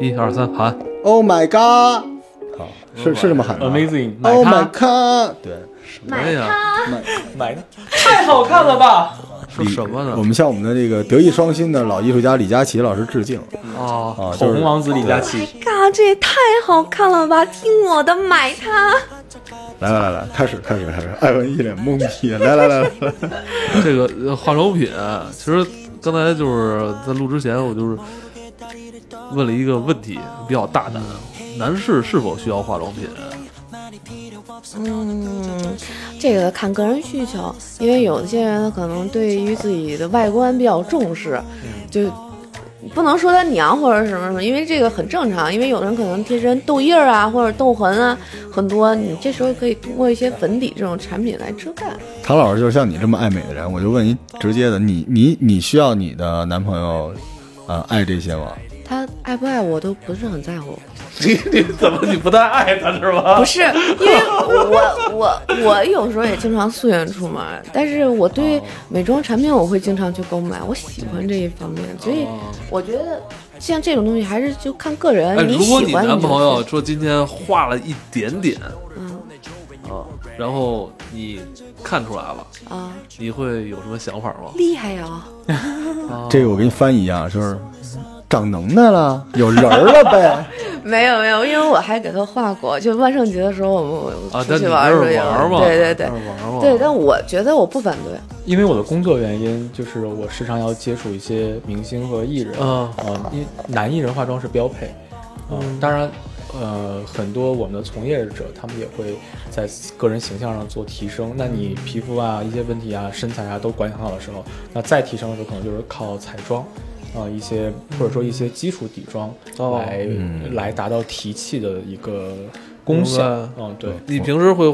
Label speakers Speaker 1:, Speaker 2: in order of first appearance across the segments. Speaker 1: 一二三，喊！
Speaker 2: Oh my god！好，是是这么喊的。
Speaker 3: Amazing，买
Speaker 2: Oh
Speaker 3: 它
Speaker 2: my god！对，
Speaker 1: 哎
Speaker 4: 买
Speaker 1: 呀，
Speaker 3: 买它，太好看了吧！
Speaker 1: 说什么
Speaker 2: 我
Speaker 1: 呢？
Speaker 2: 们向我们的这个德艺双馨的老艺术家李佳琦老师致敬
Speaker 1: 哦，
Speaker 2: 啊！就
Speaker 3: 口
Speaker 2: 是
Speaker 3: 红王子李佳琦，
Speaker 4: 嘎，啊这也太好看了吧！听我的，买它。
Speaker 2: 来来来来，开始开始开始，艾文一脸懵逼。啊来来来来 来，
Speaker 1: 这个呃化妆品，其实刚才就是在录之前，我就是问了一个问题，比较大胆：男士是否需要化妆品？
Speaker 5: 嗯，这个看个人需求，因为有些人可能对于自己的外观比较重视，就不能说他娘或者什么什么，因为这个很正常。因为有人可能贴身痘印儿啊，或者痘痕啊，很多，你这时候可以通过一些粉底这种产品来遮盖。
Speaker 2: 唐老师就是像你这么爱美的人，我就问你直接的，你你你需要你的男朋友，呃，爱这些吗？
Speaker 5: 他爱不爱我都不是很在乎，
Speaker 1: 你你怎么你不太爱他是吧
Speaker 5: 不？ 是因为我我我有时候也经常素颜出门，但是我
Speaker 1: 哦
Speaker 5: 对美妆产品我会经常去购买，我喜欢这一方面，所以我觉得像这种东西还是就看个人，
Speaker 1: 哦哎，如果
Speaker 5: 呃喜
Speaker 1: 你
Speaker 5: 欢
Speaker 1: 男
Speaker 5: 就
Speaker 1: 朋友
Speaker 5: 是
Speaker 1: 说今天化了一点点，
Speaker 5: 嗯
Speaker 1: 啊，然后你看出来了，
Speaker 5: 啊
Speaker 1: 你会有什么想法吗？
Speaker 5: 厉害呀、
Speaker 2: 这个我给你翻译啊，就是长能耐了，有人儿了呗。
Speaker 5: 没有没有，因为我还给他画过，就万圣节的时候我
Speaker 1: 啊
Speaker 5: 们，出
Speaker 1: 但你
Speaker 5: 去
Speaker 1: 那
Speaker 5: 玩
Speaker 1: 儿
Speaker 5: 儿的时
Speaker 1: 玩儿
Speaker 5: 候，
Speaker 1: 嘛，
Speaker 5: 对对对
Speaker 1: 那。儿玩儿嘛，
Speaker 5: 对，但我觉得我不反对，
Speaker 3: 因为我的工作原因，就是我时常要接触一些明星和艺人，
Speaker 1: 嗯
Speaker 3: 呃，因为男艺人化妆是标配，嗯，当然，呃，很多我们的从业者他们也会在个人形象上做提升。那你皮肤啊、一些问题啊、身材啊都管理很好的时候，那再提升的时候可能就是靠彩妆。啊、一些或者说一些基础底妆
Speaker 1: 哦
Speaker 3: 来、
Speaker 2: 嗯
Speaker 3: 来达到提气的一个功效
Speaker 1: 明白。
Speaker 3: 嗯，对，
Speaker 1: 你平时会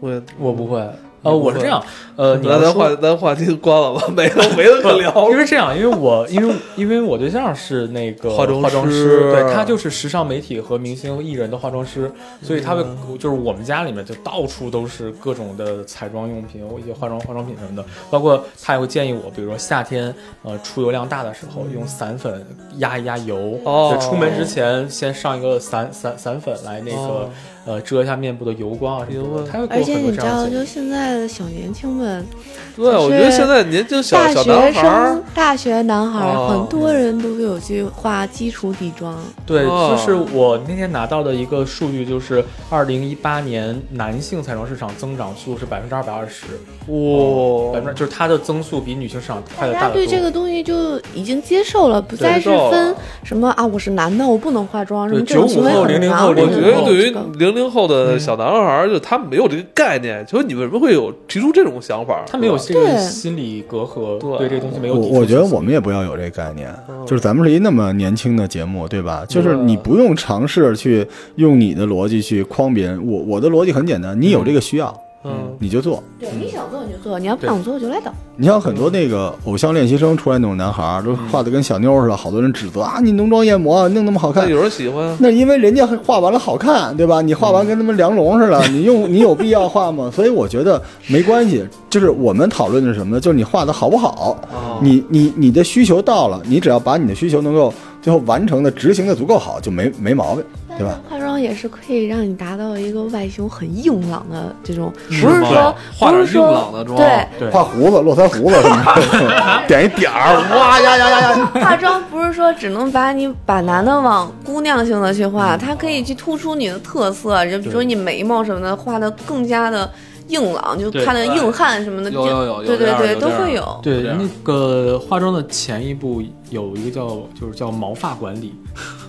Speaker 1: 会
Speaker 3: 我不会。
Speaker 1: 你
Speaker 3: 呃，
Speaker 1: 不会
Speaker 3: 我是这样，呃，你
Speaker 1: 来，
Speaker 3: 要
Speaker 1: 咱
Speaker 3: 说
Speaker 1: 话咱话题关了吧，没了没了可聊。
Speaker 3: 因为这样，因为我因为因为我对象是那个
Speaker 1: 化妆师
Speaker 3: 师，对他就是时尚媒体和明星艺人的化妆师，所以他会
Speaker 1: 嗯
Speaker 3: 就是我们家里面就到处都是各种的彩妆用品，一些化妆化妆品什么的，包括他也会建议我，比如说夏天呃出油量大的时候，用散粉压一压油，
Speaker 1: 嗯哦
Speaker 3: 就出门之前先上一个散散散粉来那个、
Speaker 1: 哦
Speaker 3: 呃遮一下面部的油光啊什么
Speaker 1: 明
Speaker 3: 的，
Speaker 1: 白
Speaker 3: 他会给
Speaker 5: 而
Speaker 3: 我
Speaker 5: 且
Speaker 3: 很
Speaker 5: 你
Speaker 3: 多
Speaker 5: 知
Speaker 3: 这样
Speaker 5: 道，
Speaker 3: 的建
Speaker 5: 就
Speaker 3: 议。
Speaker 5: 现在的小年轻们，
Speaker 1: 对，我觉得现在年轻小
Speaker 5: 大
Speaker 1: 小
Speaker 5: 学
Speaker 1: 男孩儿
Speaker 5: 生、大学男孩儿，
Speaker 1: 哦
Speaker 5: 很多人都有去画基础底妆。
Speaker 3: 对，
Speaker 1: 哦
Speaker 3: 就是我那天拿到的一个数据，就是二零一八年男性彩妆市场增长速度是百分之二百二十，百
Speaker 1: 哇
Speaker 3: 分之就是它的增速比女性市场快
Speaker 5: 大
Speaker 3: 得
Speaker 5: 家
Speaker 3: 大得多。
Speaker 5: 对这个东西就已经接受了，不再是
Speaker 1: 接受了
Speaker 5: 分什么啊，我是男的，我不能化妆什么
Speaker 3: 对
Speaker 5: 这种行为
Speaker 3: 95后
Speaker 5: 很
Speaker 3: 00
Speaker 5: 麻
Speaker 3: 后
Speaker 5: 烦
Speaker 1: 我觉得
Speaker 3: 00后
Speaker 1: 对于
Speaker 5: 这个
Speaker 1: 零零后的小男孩儿，就他们没有这个概念，就是你为什么会有提出这种想法？
Speaker 3: 他没有这
Speaker 5: 对
Speaker 3: 个心理隔阂，
Speaker 1: 对
Speaker 3: 对这个东西没有
Speaker 2: 我
Speaker 3: 抵触
Speaker 2: 我觉得
Speaker 3: 性
Speaker 2: 我们也不要有这概念，就是咱们是一那么年轻的节目，对吧？就是
Speaker 1: 嗯
Speaker 2: 你不用尝试去用你的逻辑去框别人。我我的逻辑很简单，你有这个需要
Speaker 1: 嗯，
Speaker 2: 你就做。
Speaker 5: 对你想做你就做，你要不想做就来等。
Speaker 2: 你像很多那个偶像练习生出来那种男孩儿，都画的跟小妞儿似的，好多人指责啊，你浓妆艳抹，弄那么好
Speaker 1: 但
Speaker 2: 看。
Speaker 1: 有人喜欢，
Speaker 2: 那因为人家画完了好看，对吧？你画完跟他们梁龙似 的，你用你有必要画吗？所以我觉得没关系。就是我们讨论的是什么呢？就是你画的好不好，
Speaker 1: 哦
Speaker 2: 你你你的需求到了，你只要把你的需求能够最后完成的执行的足够好，就没没毛病，对吧？
Speaker 5: 化妆也是可以让你达到一个外形很硬朗的这种，
Speaker 1: 是
Speaker 5: 不是
Speaker 1: 吗
Speaker 5: 说
Speaker 1: 嗯化
Speaker 5: 不
Speaker 1: 点
Speaker 5: 是
Speaker 1: 硬朗的
Speaker 5: 说
Speaker 1: 妆
Speaker 5: 对
Speaker 3: 对
Speaker 2: 画胡子，络腮胡子什么的， 点一点儿，哇呀呀呀呀！
Speaker 5: 化妆不是说只能把你把男的往姑娘性的去画，它可以去突出你的特色，就比如说你眉毛什么的画的更加的硬朗，就
Speaker 3: 对
Speaker 5: 看着硬汉什么的，
Speaker 1: 有
Speaker 5: 就
Speaker 1: 有有有
Speaker 5: 对
Speaker 1: 这
Speaker 5: 对
Speaker 1: 样
Speaker 5: 对
Speaker 1: 有
Speaker 5: 都
Speaker 1: 这样
Speaker 5: 会有。
Speaker 3: 对
Speaker 1: 这样
Speaker 3: 那个化妆的前一步有一个叫就是叫毛发管理，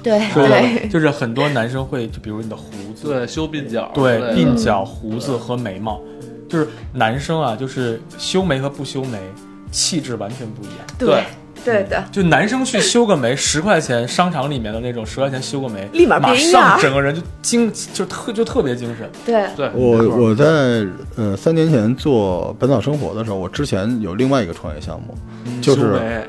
Speaker 5: 对
Speaker 3: 就是就是很多男生会就比如你的胡子，
Speaker 1: 对，修鬓角，
Speaker 3: 对，鬓
Speaker 1: 角，
Speaker 3: 角、胡子和眉毛，就是男生啊，就是修眉和不修眉，气质完全不一样。
Speaker 1: 对
Speaker 5: 对的，
Speaker 3: 就男生去修个眉，十块钱商场里面的那种，十块钱修个眉，
Speaker 5: 立马啊
Speaker 3: 马
Speaker 5: 变样
Speaker 3: 上
Speaker 5: 儿
Speaker 3: 整个人就精，就特就特别精神。
Speaker 5: 对
Speaker 1: 对，
Speaker 2: 我
Speaker 1: 没错
Speaker 2: 我在呃三年前做本草生活的时候，我之前有另外一个创业项目，就是
Speaker 1: 修眉，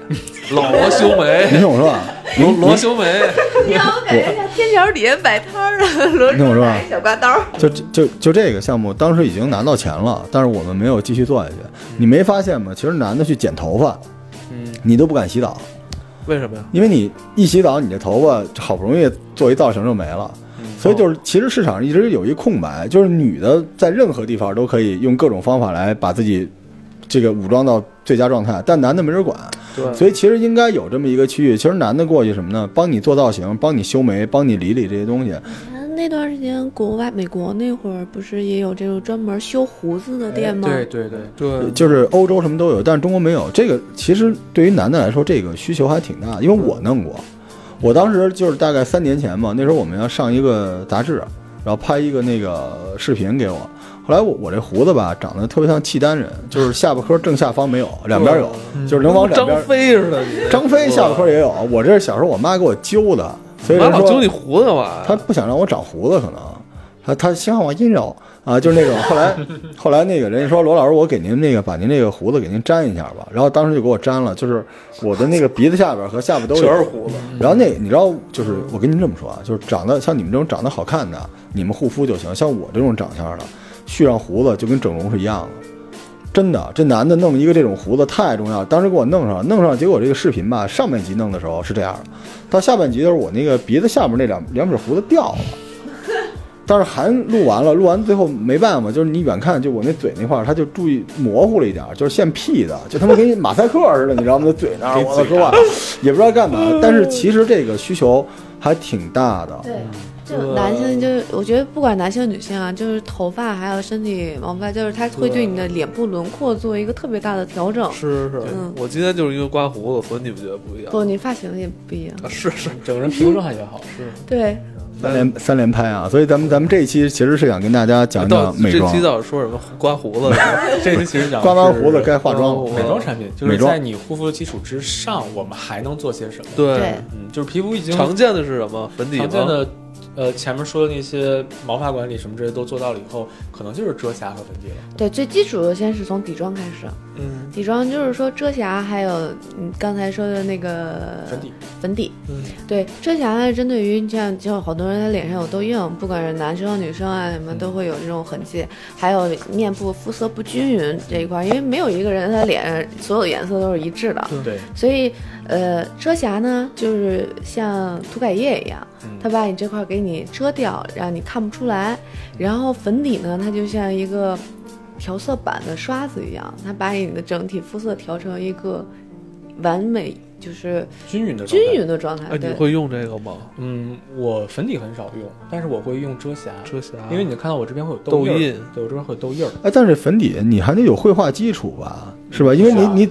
Speaker 1: 老罗修
Speaker 2: 您
Speaker 1: 眉，
Speaker 2: 听 我说啊，
Speaker 1: 罗罗修眉，
Speaker 5: 你让我感觉像天桥底下摆摊儿的罗
Speaker 2: 那我说啊
Speaker 5: 拿一小刮刀儿，
Speaker 2: 就就就这个项目，当时已经拿到钱了，但是我们没有继续做下去。你没发现吗？其实男的去剪头发，
Speaker 3: 嗯，
Speaker 2: 你都不敢洗澡，
Speaker 1: 为什么呀？
Speaker 2: 因为你一洗澡，你这头发好不容易做一造型就没了，
Speaker 1: 嗯
Speaker 2: 所以就是其实市场上一直有一空白，就是女的在任何地方都可以用各种方法来把自己这个武装到最佳状态，但男的没人管，
Speaker 1: 对，
Speaker 2: 所以其实应该有这么一个区域，其实男的过去什么呢？帮你做造型，帮你修眉，帮你理理这些东西。
Speaker 5: 嗯那段时间，国外美国那会儿不是也有这种专门修胡子的店吗？
Speaker 3: 对对对，
Speaker 1: 对，
Speaker 2: 就是欧洲什么都有，但是中国没有。这个其实对于男的来说，这个需求还挺大的，因为我弄过，我当时就是大概三年前吧，那时候我们要上一个杂志，然后拍一个那个视频给我。后来我我这胡子吧，长得特别像契丹人，就是下巴颏正下方没有，两边有，就是能往两
Speaker 1: 张
Speaker 2: 边。
Speaker 1: 飞似的，你
Speaker 2: 张飞下巴颏也有，我这是小时候我妈给我揪的，所以
Speaker 1: 妈
Speaker 2: 人
Speaker 1: 老
Speaker 2: 说
Speaker 1: 揪你胡子干嘛呀？
Speaker 2: 他不想让我长胡子，可能他他希望我阴柔啊，就是那种。后来后来那个人家说罗老师，我给您那个把您那个胡子给您粘一下吧，然后当时就给我粘了，就是我的那个鼻子下边和下巴都有
Speaker 1: 全是胡子，
Speaker 2: 然后那你知道，就是我跟您这么说啊，就是长得像你们这种长得好看的，你们护肤就行；像我这种长相的，续上胡子就跟整容是一样的。真的，这男的弄一个这种胡子太重要了。当时给我弄上，弄上，结果这个视频吧，上半集弄的时候是这样的，到下半集的时候，我那个鼻子下面那两两撇胡子 掉了。但是还录完了，录完最后没办法，就是你远看就我那嘴那块儿，他就注意模糊了一点儿，就是现 P 的，就他妈跟马赛克似的，你知道吗？那嘴那儿，我的说话也不知道干嘛。但是其实这个需求还挺大的，
Speaker 1: 嗯
Speaker 5: 对，就男性就是，我觉得不管男性女性啊，就是头发还有身体毛发，就是它会对你的脸部轮廓做一个特别大的调整。
Speaker 1: 是啊是是
Speaker 5: 嗯，
Speaker 1: 我今天就是因为刮胡子，所以你们觉得不一样。
Speaker 5: 不，你发型也不一样。
Speaker 1: 啊是是，
Speaker 3: 整个人皮肤状态也好， 是
Speaker 5: 对，
Speaker 2: 三连三连拍啊！所以咱们咱们这一期其实是想跟大家讲
Speaker 1: 到
Speaker 2: 讲美
Speaker 1: 这
Speaker 2: 妆
Speaker 1: 期，到底说什么刮胡子 了？
Speaker 3: 这次其实讲
Speaker 2: 刮完
Speaker 3: 是
Speaker 2: 胡子该化妆了。
Speaker 3: 美妆产品，就
Speaker 2: 美
Speaker 3: 是
Speaker 2: 妆
Speaker 3: 在你护肤的基础之上，我们还能做些什么？
Speaker 1: 对
Speaker 5: 对，
Speaker 3: 嗯，就是皮肤已经
Speaker 1: 常见的是什么？粉底吗
Speaker 3: 常见的，呃，前面说的那些毛发管理什么这些都做到了以后，可能就是遮瑕和粉底了。
Speaker 5: 对，最基础的先是从底妆开始。
Speaker 3: 嗯，
Speaker 5: 底妆就是说遮瑕，还有你刚才说的那个
Speaker 3: 粉底，
Speaker 5: 粉底，
Speaker 3: 嗯，
Speaker 5: 对，遮瑕呢，针对于你像就有好多人他脸上有痘印，不管是男生女生啊，什么
Speaker 3: 嗯
Speaker 5: 都会有这种痕迹，还有面部肤色不均匀这一块儿，因为没有一个人他脸上所有颜色都是一致的，
Speaker 3: 对，
Speaker 5: 所以呃，遮瑕呢就是像涂改液一样，
Speaker 3: 嗯
Speaker 5: 它把你这块儿给你遮掉，让你看不出来。然后粉底呢，它就像一个调色板的刷子一样，它把你的整体肤色调成一个完美，就是
Speaker 3: 均匀的状
Speaker 5: 均
Speaker 3: 态
Speaker 5: 匀。的状态。
Speaker 1: 哎，你
Speaker 5: 对，
Speaker 1: 会用这个吗？
Speaker 3: 嗯，我粉底很少用，但是我会用遮瑕，
Speaker 1: 遮瑕，
Speaker 3: 因为你看到我这边会有
Speaker 1: 痘
Speaker 3: 印儿，
Speaker 1: 印
Speaker 3: 对我这边会有痘印儿。
Speaker 2: 哎，但是粉底你还得有绘画基础吧，是吧？因为你
Speaker 3: 是啊
Speaker 2: 你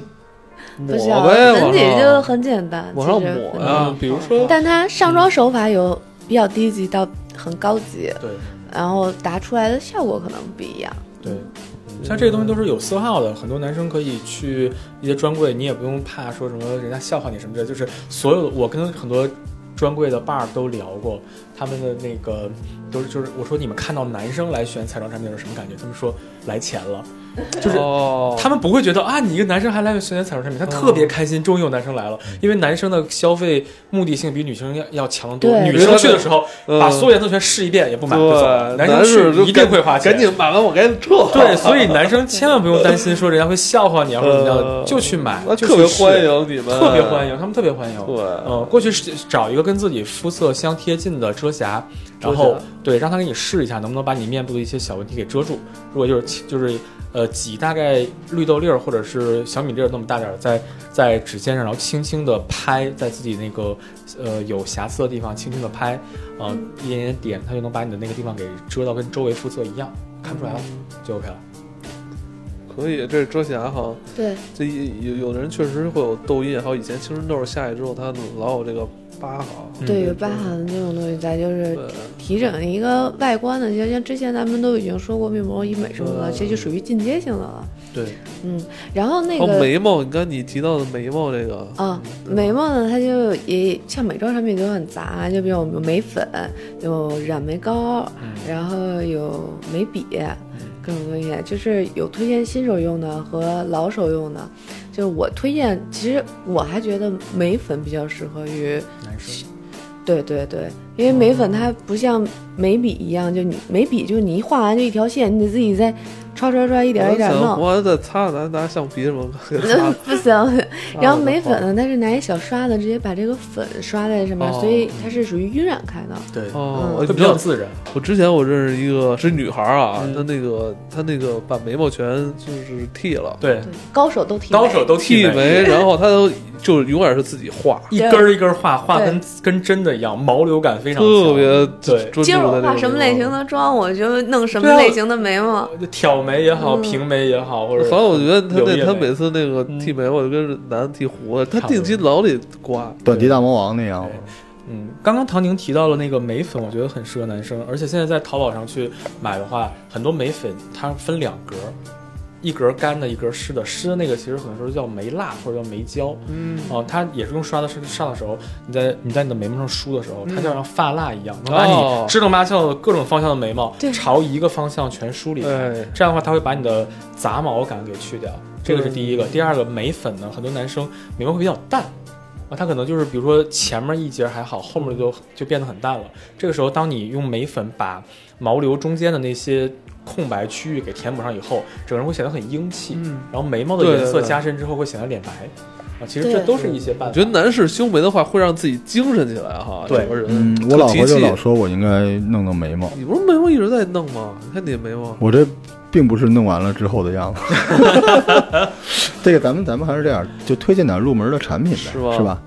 Speaker 5: 不是
Speaker 1: 抹
Speaker 5: 啊，
Speaker 1: 呗，
Speaker 5: 粉
Speaker 1: 往
Speaker 5: 底就
Speaker 1: 上
Speaker 5: 很简单，
Speaker 1: 往上
Speaker 5: 其实
Speaker 1: 抹
Speaker 5: 粉
Speaker 1: 呀啊
Speaker 5: 底
Speaker 3: 嗯，比如说，
Speaker 5: 但它上妆手法有比较低级到很高级，
Speaker 3: 对
Speaker 5: 然后达出来的效果可能不一样。
Speaker 3: 对，像这些东西都是有色号的，很多男生可以去一些专柜，你也不用怕说什么人家笑话你什么之类的，就是所有的我跟很多。专柜的 bar 都聊过，他们的那个都是就是我说你们看到男生来选彩妆产品是什么感觉？他们说来钱了，就是
Speaker 1: 哦，
Speaker 3: 他们不会觉得啊，你一个男生还来选彩妆产品，他特别开心，终于有男生来了。因为男生的消费目的性比女生要要强得多，
Speaker 5: 对
Speaker 3: 女生去的时候
Speaker 1: 嗯
Speaker 3: 把所有颜色全试一遍也不买就走了，
Speaker 1: 对，
Speaker 3: 男
Speaker 1: 士
Speaker 3: 生
Speaker 1: 就
Speaker 3: 去一定
Speaker 1: 赶
Speaker 3: 会花钱，
Speaker 1: 赶紧买完我该撤。
Speaker 3: 对，所以男生千万不用担心说人家会笑话你啊或者怎么样的，就去买，
Speaker 1: 呃那
Speaker 3: 就
Speaker 1: 特别
Speaker 3: 去试
Speaker 1: 欢，迎嗯你们，
Speaker 3: 特别欢迎，他们特别欢迎。
Speaker 1: 对
Speaker 3: 嗯，过去是找一个跟自己肤色相贴近的遮瑕，然后
Speaker 1: 遮瑕
Speaker 3: 对，让他给你试一下，能不能把你面部的一些小问题给遮住。如果就是就是呃挤大概绿豆粒儿或者是小米粒儿那么大点儿，在在指尖上，然后轻轻的拍，在自己那个呃有瑕疵的地方轻轻的拍，呃一点点点，它就能把你的那个地方给遮到跟周围肤色一样，看不出来了就 OK 了。
Speaker 1: 可以，这是遮瑕哈。
Speaker 5: 对，
Speaker 1: 这有有的人确实会有痘印，还有以前青春痘下去之后，他老有这个疤哈。
Speaker 3: 嗯
Speaker 5: 对于疤痕这种东西在，就是
Speaker 1: 对
Speaker 5: 提整一个外观的，就像之前咱们都已经说过面膜医美什么的，
Speaker 1: 嗯
Speaker 5: 这就属于进阶性的了。
Speaker 3: 对，
Speaker 5: 嗯，然后那
Speaker 1: 哦，
Speaker 5: 个
Speaker 1: 眉毛，你刚才你提到的眉毛这个，
Speaker 5: 啊，眉毛呢，它就也像美妆产品就很杂，就比如有眉粉，有染眉膏，
Speaker 3: 嗯
Speaker 5: 然后有眉笔，各种东西，就是有推荐新手用的和老手用的。就是我推荐，其实我还觉得眉粉比较适合于
Speaker 3: 男生
Speaker 5: 对对对，因为眉粉它不像眉笔一样，就你眉笔就是你一画完就一条线，你得自己再刷刷刷一点一点
Speaker 1: 我想
Speaker 3: 哦
Speaker 5: 弄，
Speaker 1: 我再擦拿拿橡皮什 么给擦
Speaker 5: 不行。
Speaker 1: 擦
Speaker 5: 然后
Speaker 1: 了
Speaker 5: 没
Speaker 1: 再画
Speaker 5: 粉呢，它是拿一小刷子直接把这个粉刷在上面，
Speaker 3: 哦
Speaker 5: 所以它是属于晕染开的。
Speaker 3: 对，
Speaker 1: 哦
Speaker 5: 嗯，
Speaker 1: 我
Speaker 3: 会
Speaker 1: 你
Speaker 3: 比
Speaker 1: 知道
Speaker 3: 较自然。
Speaker 1: 我之前我认识一个是女孩儿啊，
Speaker 3: 嗯
Speaker 1: 她那个她那个把眉毛全就是剃了，
Speaker 3: 对，
Speaker 5: 对，高手都提
Speaker 3: 高手都剃
Speaker 1: 剃眉，然后她都就是永远是自己画，
Speaker 3: 一根儿一根儿画，画跟跟真的一样，毛流感非常强
Speaker 1: 特别专
Speaker 3: 对。
Speaker 1: 注
Speaker 5: 今儿我
Speaker 1: 的
Speaker 5: 画什么类型的妆，我就弄什么
Speaker 3: 对啊
Speaker 5: 类型的眉毛。
Speaker 3: 挑眉也好，
Speaker 5: 嗯
Speaker 3: 平眉也好，或者
Speaker 1: 反正我觉得她
Speaker 3: 柳
Speaker 1: 那
Speaker 3: 叶
Speaker 1: 她
Speaker 3: 眉
Speaker 1: 每次那个
Speaker 3: 嗯
Speaker 1: 剃眉，我就跟男的剃胡子，她
Speaker 3: 差不多
Speaker 1: 定期老得刮。
Speaker 2: 短笛大魔王那样了。
Speaker 3: 嗯，刚刚唐宁提到了那个眉粉，我觉得很适合男生，而且现在在淘宝上去买的话，很多眉粉它分两格，一格干的，一格湿的。湿的那个其实很多时候叫眉蜡或者叫眉胶，
Speaker 1: 嗯，
Speaker 3: 哦、它也是用刷的时刷的时候，你在你在你的眉毛上梳的时候，
Speaker 1: 嗯
Speaker 3: 它就像发蜡一样，能把
Speaker 1: 哦
Speaker 3: 你支棱八翘的各种方向的眉毛
Speaker 5: 对
Speaker 3: 朝一个方向全梳理开。
Speaker 1: 哎，
Speaker 3: 这样的话，它会把你的杂毛感给去掉，这个是第一个。第二个，眉粉呢，很多男生眉毛会比较淡，啊，它可能就是比如说前面一节还好，后面就就变得很淡了。这个时候，当你用眉粉把毛流中间的那些空白区域给填补上以后，整个人会显得很英气，
Speaker 1: 嗯
Speaker 3: 然后眉毛的
Speaker 1: 对
Speaker 3: 颜色
Speaker 1: 对对
Speaker 3: 加深之后会显得脸白，啊，其实
Speaker 5: 对
Speaker 3: 这都是一些办
Speaker 1: 我
Speaker 3: 法。
Speaker 1: 觉得男士修眉的话，会让自己精神起来哈。
Speaker 3: 对
Speaker 1: 整个人，
Speaker 2: 嗯，我老婆
Speaker 1: 提
Speaker 2: 就
Speaker 1: 气
Speaker 2: 老说我应该弄弄眉毛，
Speaker 1: 你不是眉毛一直在弄吗？你看你的眉毛，
Speaker 2: 我这并不是弄完了之后的样子。 这个咱们咱们还是这样，就推荐点入门的产品呗，
Speaker 1: 是
Speaker 2: 是
Speaker 1: 吧
Speaker 2: 吧？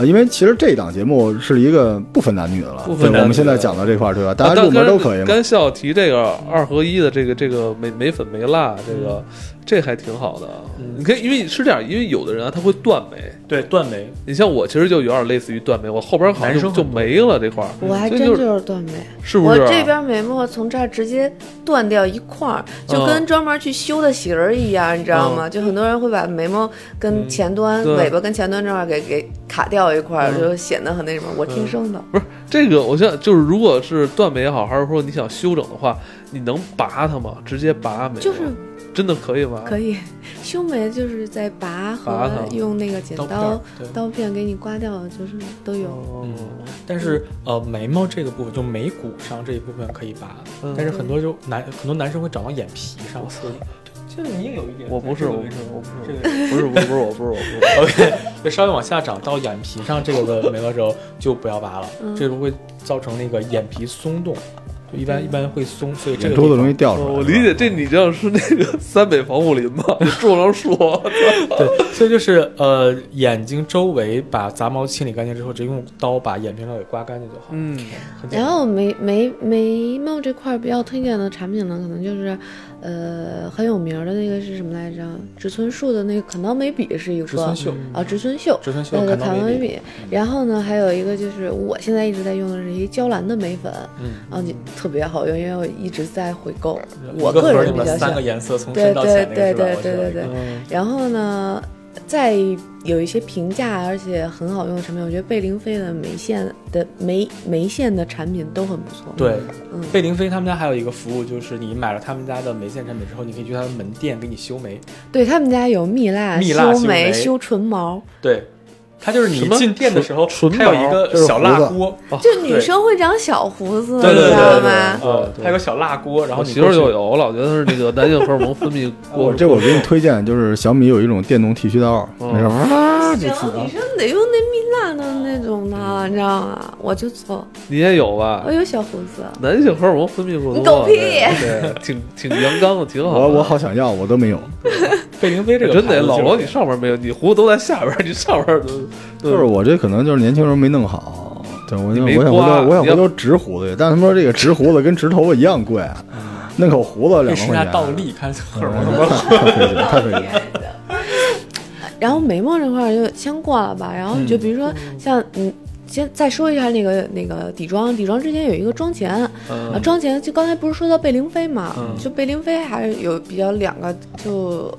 Speaker 2: 啊，因为其实这档节目是一个不分男女的了，
Speaker 1: 不分男
Speaker 2: 对
Speaker 1: 女的
Speaker 2: 我们现在讲到这块儿，对吧？大家入门都可以
Speaker 1: 啊
Speaker 2: 嘛
Speaker 1: 刚。才笑提这个二合一的这个这个眉眉粉眉蜡，这个、这还挺好的。啊
Speaker 3: 嗯
Speaker 1: 你可以，因为是这样，因为有的人啊他会断眉，
Speaker 3: 对断眉，
Speaker 1: 你像我其实就有点类似于断眉，我后边好像
Speaker 3: 男
Speaker 1: 就
Speaker 3: 生
Speaker 1: 就
Speaker 3: 很多
Speaker 1: 没了这块儿，
Speaker 5: 我还
Speaker 1: 所以
Speaker 5: 真
Speaker 1: 就
Speaker 5: 就是是断眉，
Speaker 1: 是不
Speaker 5: 我
Speaker 1: 是、啊
Speaker 5: 这边眉毛从这儿直接断掉一块儿，就
Speaker 1: 嗯
Speaker 5: 跟专门去修的喜人一样，你知道吗？就很多人会把眉毛跟前端、
Speaker 1: 嗯对
Speaker 5: 尾巴跟前端这块儿给给卡掉一块儿，
Speaker 1: 嗯
Speaker 5: 就显得很那什么。我天生的，
Speaker 1: 不是这个，我想就是如果是断眉也好，还是说你想修整的话，你能拔它吗？直接拔眉吗
Speaker 5: 就是
Speaker 1: 真的可以吗？
Speaker 5: 可以修眉，就是在拔和
Speaker 1: 拔它
Speaker 5: 用那个剪
Speaker 3: 刀片
Speaker 5: 刀
Speaker 3: 儿对
Speaker 5: 刀片给你刮掉，就是都有。
Speaker 1: 哦
Speaker 3: 嗯但是呃，眉毛这个部分，就眉骨上这一部分可以拔，
Speaker 1: 嗯
Speaker 3: 但是很多就男很多男生会长到眼皮上，就是你也有一点
Speaker 1: 我不是，
Speaker 3: 这个
Speaker 1: 我
Speaker 3: 位
Speaker 1: 不
Speaker 3: 置
Speaker 1: 是，我不
Speaker 3: 这
Speaker 1: 是，
Speaker 3: 个
Speaker 1: 不是，我不是，我不是，我不是。
Speaker 3: OK，就 稍微往下长到眼皮上这个的眉毛之后就不要拔了，
Speaker 5: 嗯
Speaker 3: 这个会造成那个眼皮松动，就一般一般会松，所以这
Speaker 2: 眼
Speaker 3: 个
Speaker 2: 珠子 容易
Speaker 3: 易
Speaker 2: 掉出来。啊
Speaker 1: 哦我理
Speaker 2: 是
Speaker 1: 解，
Speaker 2: 吧
Speaker 1: 这你这样是那个三北防护林 吗？种上树，
Speaker 3: 对，所以就是呃眼睛周围把杂毛清理干净之后，直接用刀把眼皮上给刮干净就好，
Speaker 1: 嗯，
Speaker 3: 很简
Speaker 5: 然
Speaker 3: 单。
Speaker 5: 后眉眉眉毛这块儿比较推荐的产品呢，可能就是，呃，很有名儿的那个是什么来着？植村树的那个砍刀眉笔是一个，
Speaker 3: 植村秀，
Speaker 5: 啊，植村秀，
Speaker 3: 植村秀
Speaker 5: 那个
Speaker 3: 砍
Speaker 5: 砍刀
Speaker 3: 刀嗯眉
Speaker 5: 眉
Speaker 3: 笔，
Speaker 5: 笔。然后呢，还有一个就是我现在一直在用的是一娇兰的眉粉，
Speaker 3: 嗯，
Speaker 5: 啊，你特别好用，因为我一直在回购，我
Speaker 3: 一个
Speaker 5: 个
Speaker 3: 盒里
Speaker 5: 人比
Speaker 3: 面
Speaker 5: 较喜
Speaker 3: 三个
Speaker 5: 欢。
Speaker 3: 颜色从
Speaker 5: 对
Speaker 3: 深到
Speaker 5: 对
Speaker 3: 浅那个
Speaker 5: 对
Speaker 3: 是吧
Speaker 5: 对
Speaker 3: 我
Speaker 5: 对
Speaker 3: 知道
Speaker 5: 对
Speaker 3: 一个
Speaker 5: 对。
Speaker 1: 嗯
Speaker 5: 然后呢，再有一些平价而且很好用的产品，我觉得贝玲妃的眉线的眉眉线的产品都很不错。
Speaker 3: 对，
Speaker 5: 嗯，
Speaker 3: 贝玲妃他们家还有一个服务，就是你买了他们家的眉线产品之后，你可以去他们门店给你修眉。
Speaker 5: 对他们家有蜜蜡、
Speaker 3: 蜜蜡
Speaker 5: 修
Speaker 3: 修
Speaker 5: 眉、
Speaker 3: 眉哦
Speaker 5: 修唇毛，
Speaker 3: 对，它就是你
Speaker 1: 什么
Speaker 3: 进店的时候，
Speaker 1: 唇
Speaker 3: 它有一
Speaker 2: 毛
Speaker 3: 个
Speaker 2: 就是
Speaker 3: 小
Speaker 2: 胡
Speaker 3: 蜡
Speaker 2: 子
Speaker 3: 锅，哦
Speaker 5: 就女
Speaker 3: 对
Speaker 5: 生会长小胡子，
Speaker 3: 对
Speaker 5: 你
Speaker 3: 对
Speaker 5: 知
Speaker 3: 对
Speaker 5: 道
Speaker 3: 对
Speaker 5: 吗？
Speaker 1: 对
Speaker 3: 呃
Speaker 1: 对
Speaker 3: 它有个小蜡锅，然后
Speaker 1: 我
Speaker 3: 你
Speaker 1: 媳妇儿
Speaker 3: 过去
Speaker 1: 就有，我老觉得是那个男性荷尔蒙分泌过
Speaker 2: 我这我给你推荐，就是小米有一种电动剃须刀，
Speaker 1: 哦
Speaker 2: 没事哇就
Speaker 5: 然
Speaker 2: 刺
Speaker 5: 后女生得用那蜜蜡的那种的，你知道吗？我就错，
Speaker 1: 你也有吧
Speaker 5: 我？有小胡子。
Speaker 1: 男性荷尔蒙分泌过多，
Speaker 5: 你狗屁
Speaker 1: 对，对挺挺阳刚的，挺好的。
Speaker 2: 我我好想要，我都没有。
Speaker 3: 贝玲妃这个
Speaker 1: 真
Speaker 3: 牌
Speaker 1: 的，
Speaker 3: 子
Speaker 1: 老
Speaker 3: 就是
Speaker 1: 罗你上边没有，你胡子都在下边，你上边都都
Speaker 2: 就是我这可能就是年轻时候没弄好，对我
Speaker 1: 你
Speaker 2: 想
Speaker 1: 没
Speaker 2: 我想回
Speaker 1: 刮
Speaker 2: 头我想
Speaker 1: 你
Speaker 2: 回
Speaker 1: 要
Speaker 2: 头植胡子去，但他们说这个植胡子跟植头发一样贵，啊
Speaker 1: 嗯
Speaker 2: 弄口胡子
Speaker 3: 可
Speaker 2: 两
Speaker 3: 以
Speaker 2: 万
Speaker 3: 试一
Speaker 2: 块
Speaker 3: 下
Speaker 2: 钱，啊
Speaker 3: 倒立，看荷尔蒙怎么
Speaker 2: 嗯太费劲了，太费劲了。
Speaker 5: 然后眉毛这块儿就先过了吧，然后就比如说像嗯。先再说一下那个那个底妆，底妆之前有一个妆前，
Speaker 1: 嗯
Speaker 5: 啊，妆前就刚才不是说到贝玲妃嘛，
Speaker 1: 嗯
Speaker 5: 就贝玲妃还是有比较两个就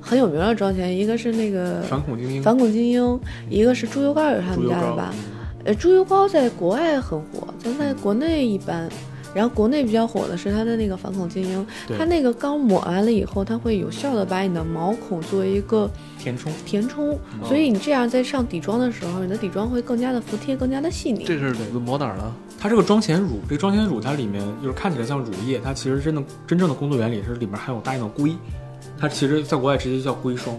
Speaker 5: 很有名的妆前，一个是那个
Speaker 3: 反恐精英，
Speaker 5: 反恐精英，一个是猪油膏也是他
Speaker 3: 猪
Speaker 5: 们
Speaker 3: 油
Speaker 5: 家的
Speaker 3: 膏嗯
Speaker 5: 吧？呃，猪油膏在国外很火，咱在国内一般。然后国内比较火的是它的那个反恐精英，
Speaker 3: 对
Speaker 5: 它那个膏抹完了以后，它会有效的把你的毛孔做一个
Speaker 3: 填充。
Speaker 5: 填充，所以你这样在上底妆的时候，你的底妆会更加的服帖，更加的细腻。
Speaker 1: 这是抹哪儿呢？
Speaker 3: 它是个妆前乳，这个妆前乳它里面就是看起来像乳液，它其实真的真正的工作原理是里面含有大量的硅，它其实在国外直接叫硅霜，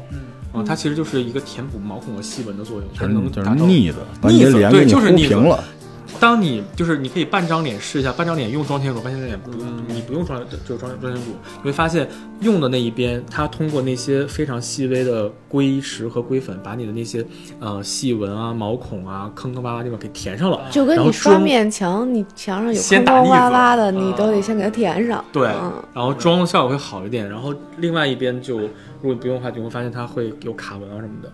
Speaker 3: 嗯、它其实就是一个填补毛孔和细纹的作用，它
Speaker 2: 就是
Speaker 3: 能
Speaker 2: 就
Speaker 3: 达
Speaker 2: 是
Speaker 3: 到
Speaker 2: 腻子，把你的
Speaker 3: 腻子
Speaker 2: 脸
Speaker 3: 对
Speaker 2: 给你
Speaker 3: 就是
Speaker 2: 糊
Speaker 3: 腻子
Speaker 2: 平了。
Speaker 3: 当你就是你可以半张脸试一下，半张脸用妆前乳，半张脸不用，你不用妆就是妆妆前乳，你会发现用的那一边，它通过那些非常细微的硅石和硅粉，把你的那些呃细纹啊、毛孔啊、坑坑洼洼地方给填上了，
Speaker 5: 就跟
Speaker 3: 然后
Speaker 5: 你刷
Speaker 3: 妆
Speaker 5: 面墙，你墙上有
Speaker 3: 先
Speaker 5: 坑
Speaker 3: 打
Speaker 5: 坑
Speaker 3: 腻子
Speaker 5: 洼洼的，你
Speaker 3: 嗯
Speaker 5: 都得先给它填上。
Speaker 3: 对，
Speaker 5: 嗯
Speaker 3: 然后妆的效果会好一点。然后另外一边就，如果不用的话，就会发现它会有卡纹啊什么的。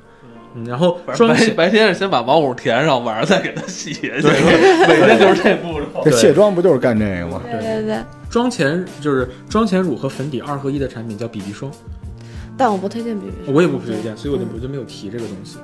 Speaker 3: 嗯，然后妆
Speaker 1: 白
Speaker 3: 前
Speaker 1: 白天是先把毛孔填上，晚上再给它洗下去，每天就是这步骤。
Speaker 2: 这
Speaker 3: 对
Speaker 2: 卸妆不就是干这个吗？
Speaker 5: 对对对，
Speaker 3: 妆前就是妆前乳和粉底二合一的产品叫 BB 霜，
Speaker 5: 但我不推荐 BB 霜，
Speaker 3: 我也不推荐，所以我就
Speaker 5: 嗯
Speaker 3: 我就没有提这个东西。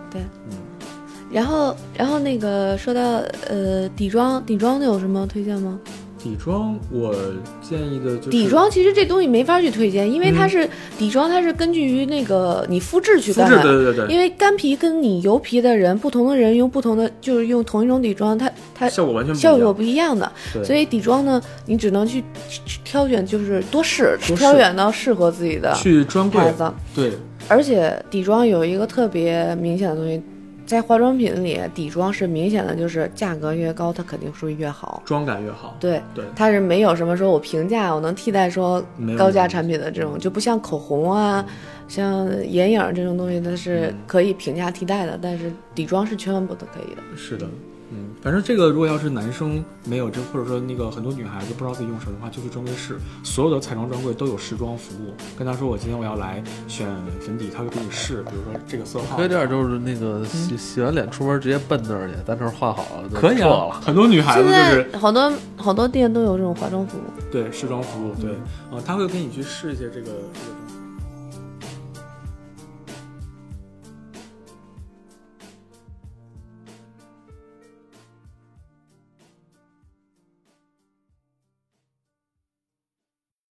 Speaker 5: 然
Speaker 3: 哦
Speaker 5: 后，然后那个说到呃底妆，底妆的有什么推荐吗？
Speaker 3: 底妆我建议的就是
Speaker 5: 底妆其实这东西没法去推荐，因为它
Speaker 3: 嗯
Speaker 5: 是、底妆，它是根据于那个你肤质去
Speaker 3: 肤
Speaker 5: 干
Speaker 3: 质，
Speaker 5: 的。
Speaker 3: 对对对对，
Speaker 5: 因为干皮跟你油皮的人，不同的人用不同的，就是用同一种底妆，它它
Speaker 3: 效果完全不一
Speaker 5: 效
Speaker 3: 样。
Speaker 5: 果不一样的。
Speaker 3: 对
Speaker 5: 所以底妆呢，你只能去去去挑选，就是多试，
Speaker 3: 多试
Speaker 5: 挑选到适合自己的
Speaker 3: 去专柜
Speaker 5: 牌子。
Speaker 3: 对
Speaker 5: 而且底妆有一个特别明显的东西，在化妆品里，底妆是明显的，就是价格越高，它肯定是越好。
Speaker 3: 妆感越好。
Speaker 5: 对，
Speaker 3: 对
Speaker 5: 它是没有什么说我平价，我能替代说
Speaker 3: 没有
Speaker 5: 高价产品的这种，就不像口红啊、像眼影这种东西，它是可以平价替代的，但是底妆是千万不得可以的。
Speaker 3: 是的，嗯，反正这个如果要是男生没有这，或者说那个很多女孩子不知道自己用什么的话，就去专柜试，所有的彩妆专柜都有试妆服务。跟他说我今天我要来选粉底，他会给你试，比如说这个色号。
Speaker 1: 可以这样，就是那个洗洗完脸出门直接奔那儿去，咱这儿换好了，
Speaker 3: 可以
Speaker 1: 撤
Speaker 3: 啊，
Speaker 1: 了。
Speaker 3: 很多女孩
Speaker 5: 现
Speaker 3: 子就是
Speaker 5: 在好多好多店都有这种化妆服务。
Speaker 3: 啊对试妆服务，对，呃，他会给你去试一些这个这个东西。